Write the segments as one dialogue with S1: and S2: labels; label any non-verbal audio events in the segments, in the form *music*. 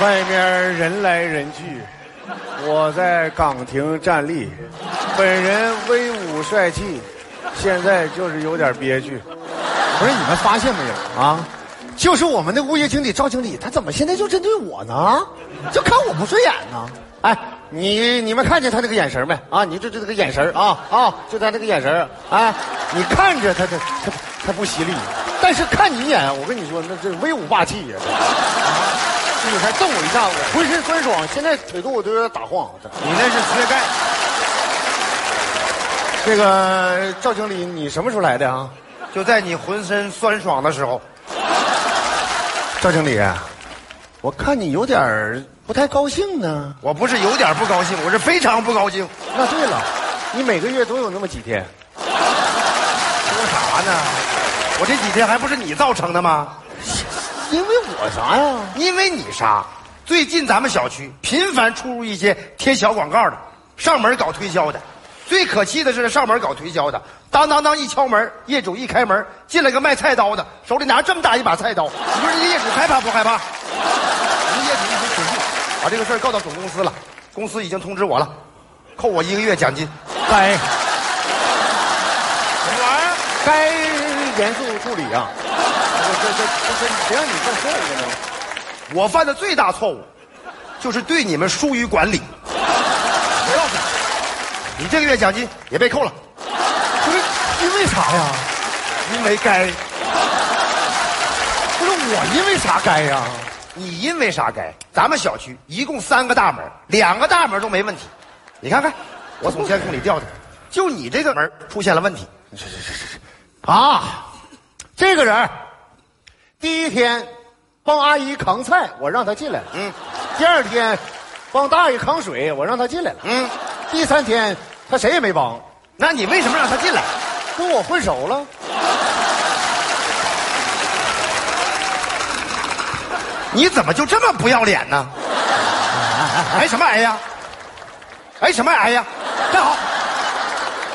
S1: 外面人来人去，我在岗亭站立，本人威武帅气，现在就是有点憋屈
S2: 不是你们发现没有？
S1: 啊。
S2: 就是我们的物业经理赵经理，他怎么现在就针对我呢？就看我不顺眼呢？哎，你你们看见他那个眼神没？啊，你就就这个眼神啊啊，就他那个眼神，哎，你看着他他他他不犀利，但是看你一眼，我跟你说，那这威武霸气呀、你还瞪我一下，我浑身酸爽，现在腿给我都有点打晃。
S1: 你那是
S2: 那
S1: 缺钙。
S2: 个赵经理，你什么时候来的啊？
S1: 就在你浑身酸爽的时候，
S2: 赵经理，我看你有点儿不太高兴呢。
S1: 我不是有点不高兴，我是非常不高兴。
S2: 那对了，你每个月都有那么几天。
S1: 说啥呢？我这几天还不是你造成的吗？
S2: 因为我啥呀？
S1: 因为你啥？最近咱们小区频繁出入一些贴小广告的，上门搞推销的。最可气的是上门搞推销的，当当当一敲门，业主一开门，进来个卖菜刀的，手里拿这么大一把菜刀。你说这个业主害怕不害怕？我们业主一直起诉，把这个事儿告到总公司了，公司已经通知我了，扣我一个月奖金。
S2: 该
S1: 什么玩意儿？
S2: 该严肃处理啊！我这这这这，谁让你犯错误了呢？
S1: 我犯的最大错误，就是对你们疏于管理。不要紧，你这个月奖金也被扣了，
S2: 不是因为啥呀？
S1: 因为该
S2: 不是我因为啥该呀？
S1: 你因为啥该？咱们小区一共三个大门，两个大门都没问题。你看看，我从监控里调的，就你这个门出现了问题。
S2: 啊，这个人儿第一天帮阿姨扛菜，我让他进来了。
S1: 嗯
S2: 第二天帮大爷扛水，我让他进来了。
S1: 嗯，
S2: 第三天他谁也没帮，
S1: 那你为什么让他进来？
S2: 跟我混熟了。
S1: 你怎么就这么不要脸呢？哎什么哎呀？哎什么哎呀？站好，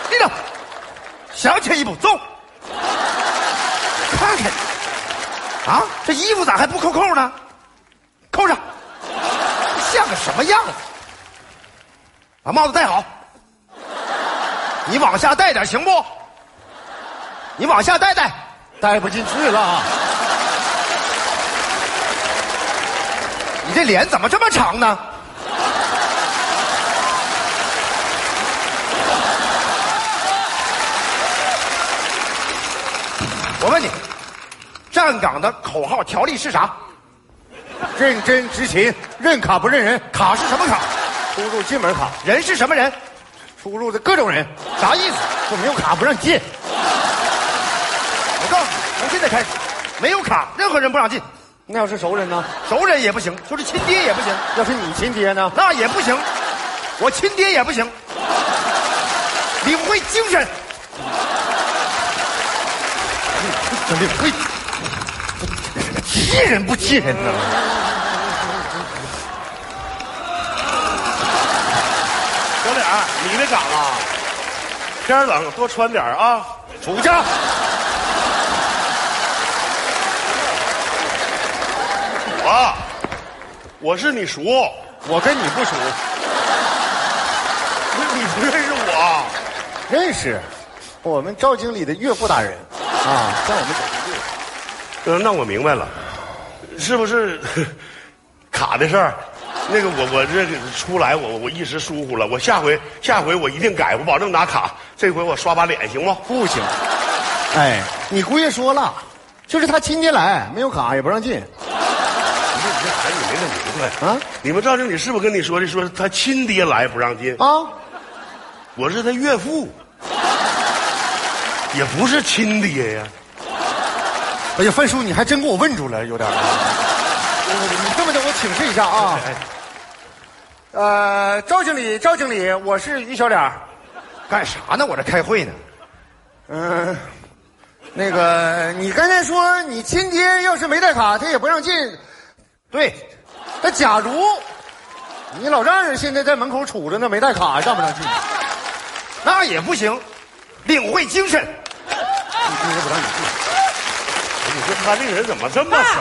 S1: 立正，向前一步，走。看看，啊，这衣服咋还不扣扣呢？扣上，像个什么样子？把帽子戴好，你往下戴点行不？你往下戴戴。
S2: 待不进去了，啊
S1: 你这脸怎么这么长呢？我问你，站岗的口号条例是啥？
S2: 认真执勤，认卡不认人，
S1: 卡是什么卡？
S2: 出入进门卡，
S1: 人是什么人？
S2: 出入的各种人，
S1: 啥意思？
S2: 就没有卡不让进。
S1: 我告诉你，从现在开始，没有卡，任何人不让进，
S2: 那要是熟人呢？
S1: 熟人也不行，就是亲爹也不行，
S2: 要是你亲爹呢？
S1: 啊那也不行，我亲爹也不行。领会精神，
S2: 真的会
S1: 气人不气人呢？
S3: 小脸儿，你的岗啊，天儿冷多穿点儿啊。
S1: 出去！
S3: 我，我是你叔，你
S2: 我跟你
S3: *laughs*
S2: 不熟，
S3: 不认识我，
S2: 认识。我们赵经理的岳父大人啊，在我们小区住。
S3: 嗯，那我明白了，是不是 *laughs* 卡的事儿？那个我我这个出来我我一时疏忽了，我下回下回我一定改，我保证拿卡。这回我刷把脸行吗？
S2: 不行，哎，你姑爷说了，就是他亲爹来没有卡也不让进。
S3: 不是你这孩子你没弄明白
S2: 啊
S3: 啊？你们赵经理是不是跟你说的？说他亲爹来不让进，
S2: 啊，
S3: 我是他岳父， *laughs* 也不是亲爹呀。
S2: 哎呀，范叔，你还真给我问住了，有点儿。我 *laughs* 你这么的，我请示一下啊。 *laughs* 呃，赵经理，赵经理，我是于小脸儿。
S1: 干啥呢？我这开会呢。
S2: 嗯、那个，你刚才说你亲爹要是没带卡，他也不让进。
S1: 对，
S2: 那假如你老丈人现在在门口杵着呢，没带卡，让不让进？
S1: 那也不行，领会精神。
S3: 你说他这个人怎么这么
S4: 爸
S3: 神？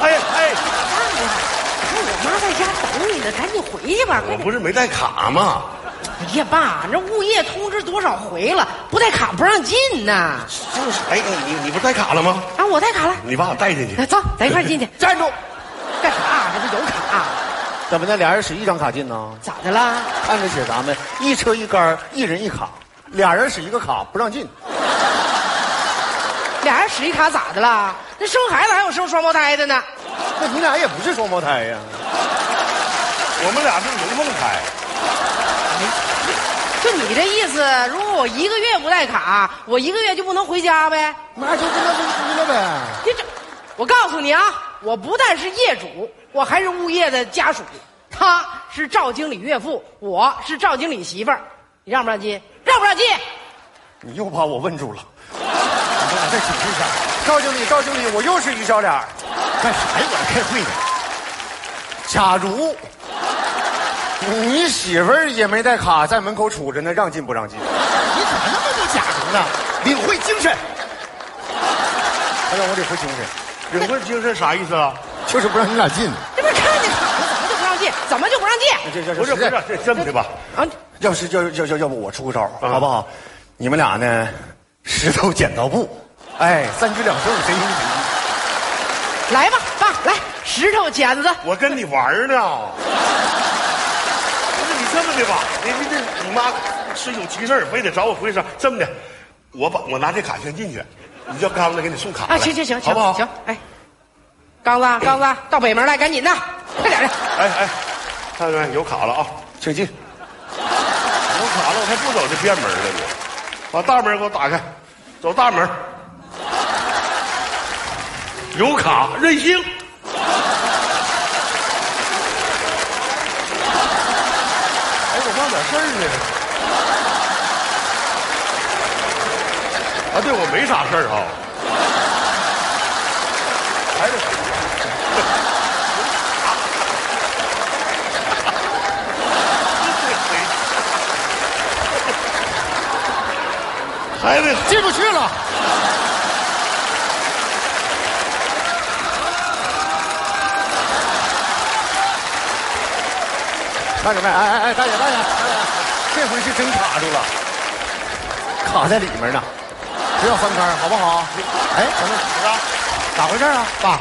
S3: 哎哎，
S4: 看看，看我妈在了，赶紧回去吧，快
S3: 我
S4: 点！
S3: 不是没带卡吗？
S4: 哎呀，爸，这物业通知多少回了，不带卡不让进呢。
S3: 就是，哎，你你你不是带卡了吗？
S4: 啊，我带卡了，
S3: 你把我带进
S4: 来
S3: 去。
S4: 走，咱一块儿进去。
S1: 站住！
S4: 干啥？啊这不有卡？
S2: 怎么的？俩人使一张卡进呢？
S4: 咋的啦？
S2: 按着写咱们一车一杆儿，一人一卡，俩人使一个卡不让进。
S4: 俩人使一卡咋的啦？那生孩子还有生双胞胎的呢。
S2: 那你俩也不是双胞胎呀？
S3: 我们俩是龙凤胎，
S4: 就你这意思，如果我一个月不带卡，我一个月就不能回家呗？
S2: 那就跟他分居了呗。
S4: 你这，我告诉你啊，我不但是业主，我还是物业的家属。他是赵经理岳父，我是赵经理媳妇儿。你让不让进？让不让进？
S2: 你又把我问住了，你俩再解释一下。赵经理，赵经理，我又是于小脸儿干啥呀？我还开会呢。假如你媳妇儿也没带卡，在门口杵着呢，让进不让进？你怎么那么多假如
S3: 啊
S2: 呢？
S1: 领会精神，
S2: 哎呀，我得回精神，
S3: 领会精神啥意思啊？
S2: 就是不让你俩进。
S4: 这不是看见卡了，怎么就不让进？怎么就不让进？
S2: 啊这这
S3: 不是不是
S2: 哎这，
S3: 这这么的吧？
S4: 啊，
S2: 要是要要要要不我出个招儿，好不好？你们俩呢，石头剪刀布，哎，三局两胜谁赢谁赢。
S4: 来吧，爸，来石头剪子。啊
S3: 我跟你玩儿呢。不是你这么的吧？你你这你妈是有急事儿，非得找我回事儿。这么的，我把我拿这卡先进去，你叫刚子给你送卡来。
S4: 啊，行行行，
S3: 好不好？
S4: 行，哎，刚子，刚子，到北门来，赶紧的，快点的。
S3: 哎哎，看看有卡了啊，
S2: 请进。
S3: 有卡了，我还不走这偏门了呢。把大门给我打开，走大门。有卡任性。哎，我忘点事儿呢。啊，对，我没啥事儿啊。还得 *laughs* 还得
S2: 进不去了。看着没？哎哎哎，大姐大姐，大姐，这回是真卡住了，卡在里面呢，不要翻杆，好不好？哎，咱们咋回事啊，爸？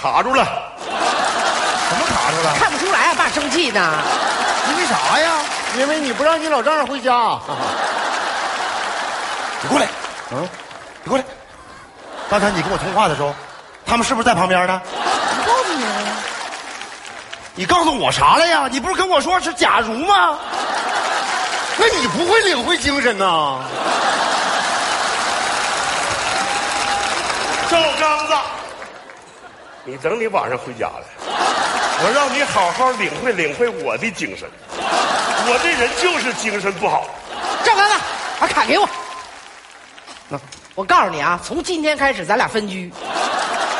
S3: 卡住了。
S2: 怎么卡住了？
S4: 看不出来啊，爸生气呢。
S2: 因为啥呀？因为你不让你老丈人回家。
S1: 你过来，
S2: 嗯，
S1: 你过来。刚才你跟我通话的时候，他们是不是在旁边呢？你告诉我啥了呀？你不是跟我说是假如吗？
S2: 那你不会领会精神呐？
S3: 赵刚子，你等你晚上回家来，我让你好好领会领会我的精神。我这人就是精神不好，
S4: 赵刚子，把卡给我。我告诉你啊，从今天开始咱俩分居，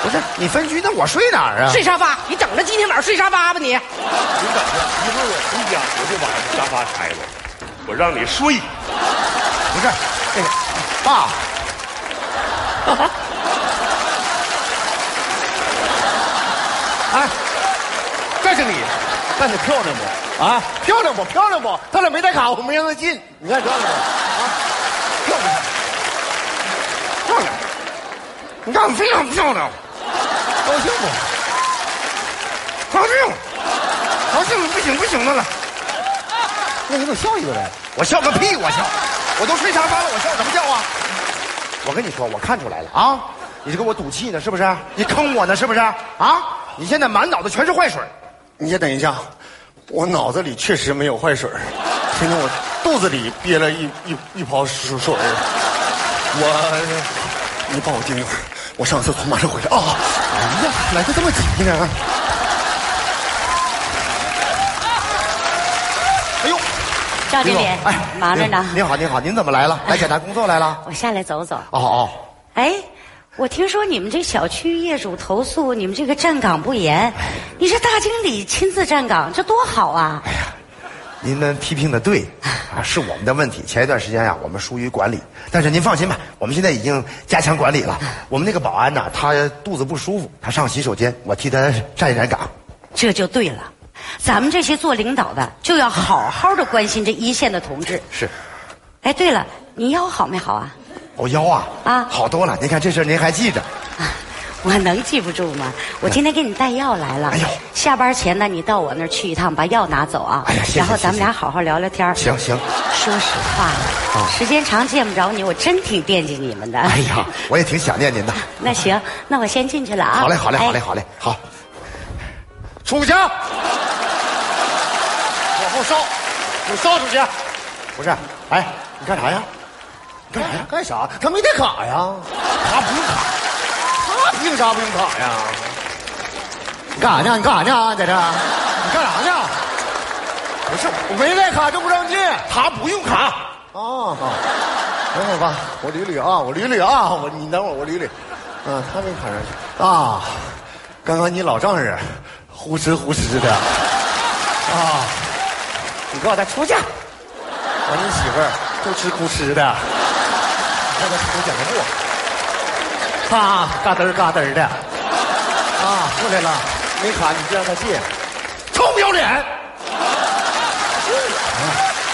S1: 不是你分居，那我睡哪儿啊？
S4: 睡沙发。你等着今天晚上睡沙发吧你。
S3: 你等着，一会儿我回家我就把沙发拆了，我让你睡。
S2: 不是，那个爸，哎，赵经理，干得漂亮不？啊，漂亮不？漂亮不？他俩没带卡，我没让他进。你看漂亮不？啊，漂亮，漂亮，
S1: 你看非常漂亮，
S2: 高兴不？
S1: 高兴，高兴不行不行的了。
S2: 那你给我笑一个呗。
S1: 我笑个屁！我笑，我都睡沙发了，我笑什么笑啊？我跟你说，我看出来了啊！你这跟我赌气呢，是不是？你坑我呢，是不是？啊！你现在满脑子全是坏水，
S2: 你先等一下，我脑子里确实没有坏水儿，听见我肚子里憋了一一一泡水水儿我，你帮我盯一会儿，我上厕所马上回来啊！哎呀，来的这么急呢？
S1: 哎呦，
S5: 赵经理
S1: 您好哎，
S5: 忙着呢
S1: 您您好，您好，您怎么来了？来检查工作来了？
S5: 我下来走走。
S1: 哦哦，
S5: 哎，我听说你们这小区业主投诉你们这个站岗不严，你这大经理亲自站岗，这多好啊！
S1: 您们批评的 *laughs* 对，啊，是我们的问题。前一段时间呀、我们疏于管理，但是您放心吧，我们现在已经加强管理 *laughs* 了。我们那个保安呐、他肚子不舒服，他上洗手间，我替他站一站岗。
S5: 这就对了。咱们这些做领导的就要好好的关心这一线的同志。
S1: 是，
S5: 哎，对了，你腰好没好啊？
S1: 我、腰啊
S5: 啊
S1: 好多了。您看这事儿您还记着？
S5: 我能记不住吗？我今天给你带药来了。
S1: 哎呦
S5: 下班前呢，你到我那儿去一趟，把药拿走啊。
S1: 哎呀谢谢
S5: 然后咱们俩好好聊聊天儿。
S1: 行嗯行，
S5: 说实话了，时间长见不着你，我真挺惦记你们的。
S1: *laughs* 哎呀，我也挺想念您的。
S5: *laughs* 那行，那我先进去了啊。
S1: 好嘞，好嘞，
S5: 哎
S1: 好嘞，好嘞，好。出去，往后烧，你烧出去。不是，哎，你干啥呀？
S2: 干啥呀？干啥？他没带卡呀？他不用卡，他凭啥不用卡呀？你干啥呢？你干啥呢？在这儿？你干啥呢？不是，我没带卡就不让进。
S1: 他不用卡。
S2: 哦，等会儿吧，我捋捋啊，我捋捋啊，我你等会儿我捋捋。啊，他没卡上去啊。刚刚你老丈人呼哧呼哧的啊，你给我再出去。完，你媳妇儿都吃哭哧的，你看他出去了不？啊，嘎噔儿嘎噔儿的啊，过来了，没卡你就让他进，臭不要脸！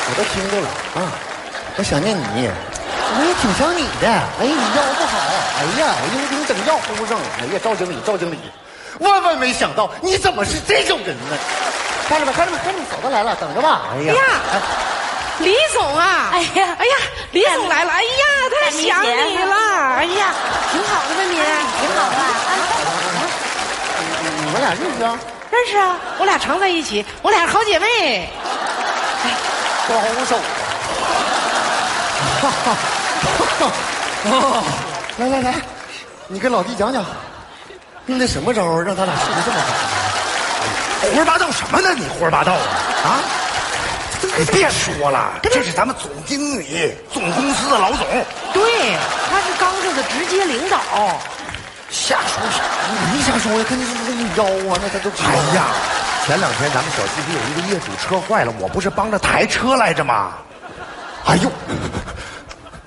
S2: 我都听着了啊，我想念你，我也挺想你的。哎，你腰不好，哎呀，我又给你整腰忽上了。哎呀，赵经理，赵经理，万万没想到你怎么是这种人呢？看着吧，看着吧，看着吧，嫂子来了，等着吧。哎呀，
S4: 哎呀李总啊，
S5: 哎呀
S4: 哎呀，李总来了，哎呀，太想你了，
S5: 啊
S1: 啊
S4: 哎呀，挺好的吧你？
S5: 你好啊，啊
S2: 你们俩认识啊？
S4: 认识啊，我俩常在一起，我俩是好姐妹。
S2: 抓红手啊！来来来，你跟老弟讲讲，用的什么招儿让他俩处的这么好
S1: 胡说八道什么呢？你胡说八道啊！
S2: 啊？
S1: 你别说了，这是咱们总经理、总公司的老总，
S4: 对，他是刚子的直接领导。
S1: 瞎说啥？
S2: 你没瞎说呀，肯定是这个腰啊，那他都知道
S1: 哎呀，前两天咱们小区里有一个业主车坏了，我不是帮着抬车来着吗？
S2: 哎呦，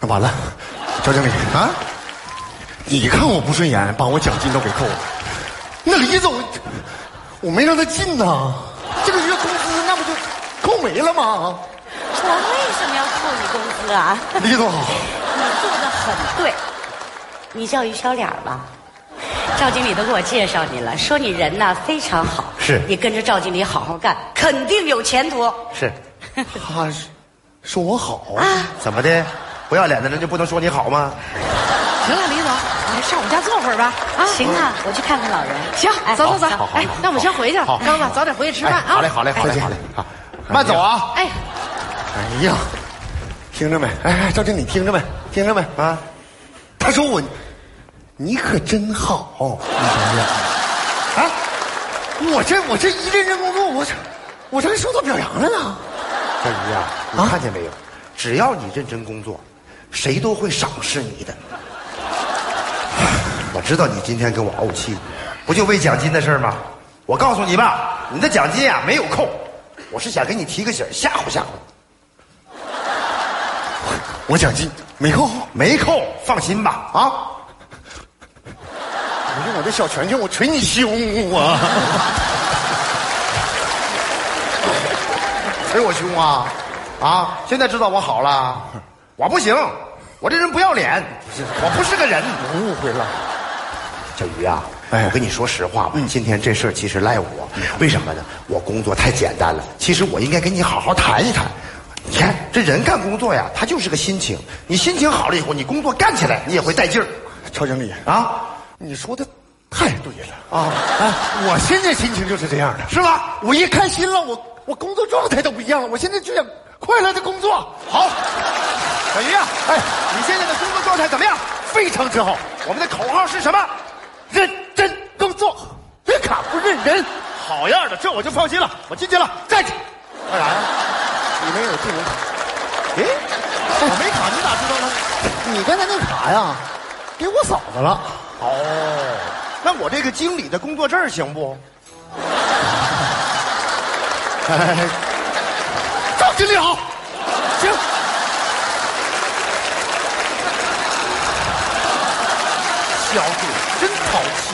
S2: 那完了，赵经理啊，你看我不顺眼，把我奖金都给扣了。那李总，我没让他进呐，这个月工资那不就扣没了吗？
S5: 我为什么要扣你工资啊？ *laughs*
S2: 李总好，
S5: 你做的很对，你叫于小脸儿吧。赵经理都给我介绍你了，说你人呐非常好，
S1: 是
S5: 你跟着赵经理好好干，肯定有前途。
S4: 啊
S1: 是，
S2: 他是啊说我好，
S1: 哦
S2: 啊
S1: 怎么的？不要脸的人就不能说你好吗？
S4: 行了，李总，你上我家坐会儿吧。啊，
S5: 行啊，我去看看老人。
S4: 行
S5: 哎，
S4: 走走走
S1: 好好，好
S4: 哎
S1: 好，
S4: 那我们先回去了
S1: 好。
S4: 刚子，早点回去吃饭啊。
S1: 哎好嘞，好嘞，好嘞，好嘞，好，慢走啊！
S4: 哎，
S2: 哎呀，听着没？哎，赵经理听着没？听着没？
S1: 啊，
S2: 他说我，你可真好，你想想，啊，我这我这一认真工作，我这我这还受到表扬了呢。
S1: 小鱼啊，你看见没有？只要你认真工作，谁都会赏识你
S2: *sighs*
S1: 的。我知道你今天跟我怄气，不就为奖金的事儿吗？我告诉你吧，你的奖金啊没有扣，我是想给你提个醒儿，吓唬吓唬。
S2: 我奖金没扣，
S1: 没扣，放心吧。啊，
S2: 我用我这小拳拳我捶你胸啊！
S1: 捶我胸啊！啊，现在知道我好了，我不行，我这人不要脸，我不是个人。
S2: 我误会了，
S1: 小鱼啊，
S2: 哎嗯
S1: 我跟你说实话吧，今天这事儿其实赖我，为什么呢？我工作太简单了，其实我应该跟你好好谈一谈。你看，这人干工作呀，他就是个心情。你心情好了以后，你工作干起来，你也会带劲儿
S2: 赵经理，
S1: 啊
S2: 你说的太对了
S1: 啊，
S2: 哎，我现在心情就是这样的。
S1: 是吧？
S2: 我一开心了，我我工作状态都不一样了，我现在就想快乐的工作，
S1: 好，小鱼啊，
S2: 哎，
S1: 你现在的工作状态怎么样？
S2: 非常之好，
S1: 我们的口号是什么？
S2: 认真工作，认卡不认人。
S1: 好样的，这我就放心了，我进去了，站起。
S2: 干啥呀？你没有技能卡？
S1: 哎，我没卡，你咋知道呢？
S2: 你刚才那卡呀，给我嫂子了。
S1: 那我这个经理的工作证行不？哎
S2: 赵经理好，行。
S1: 小鬼真淘气。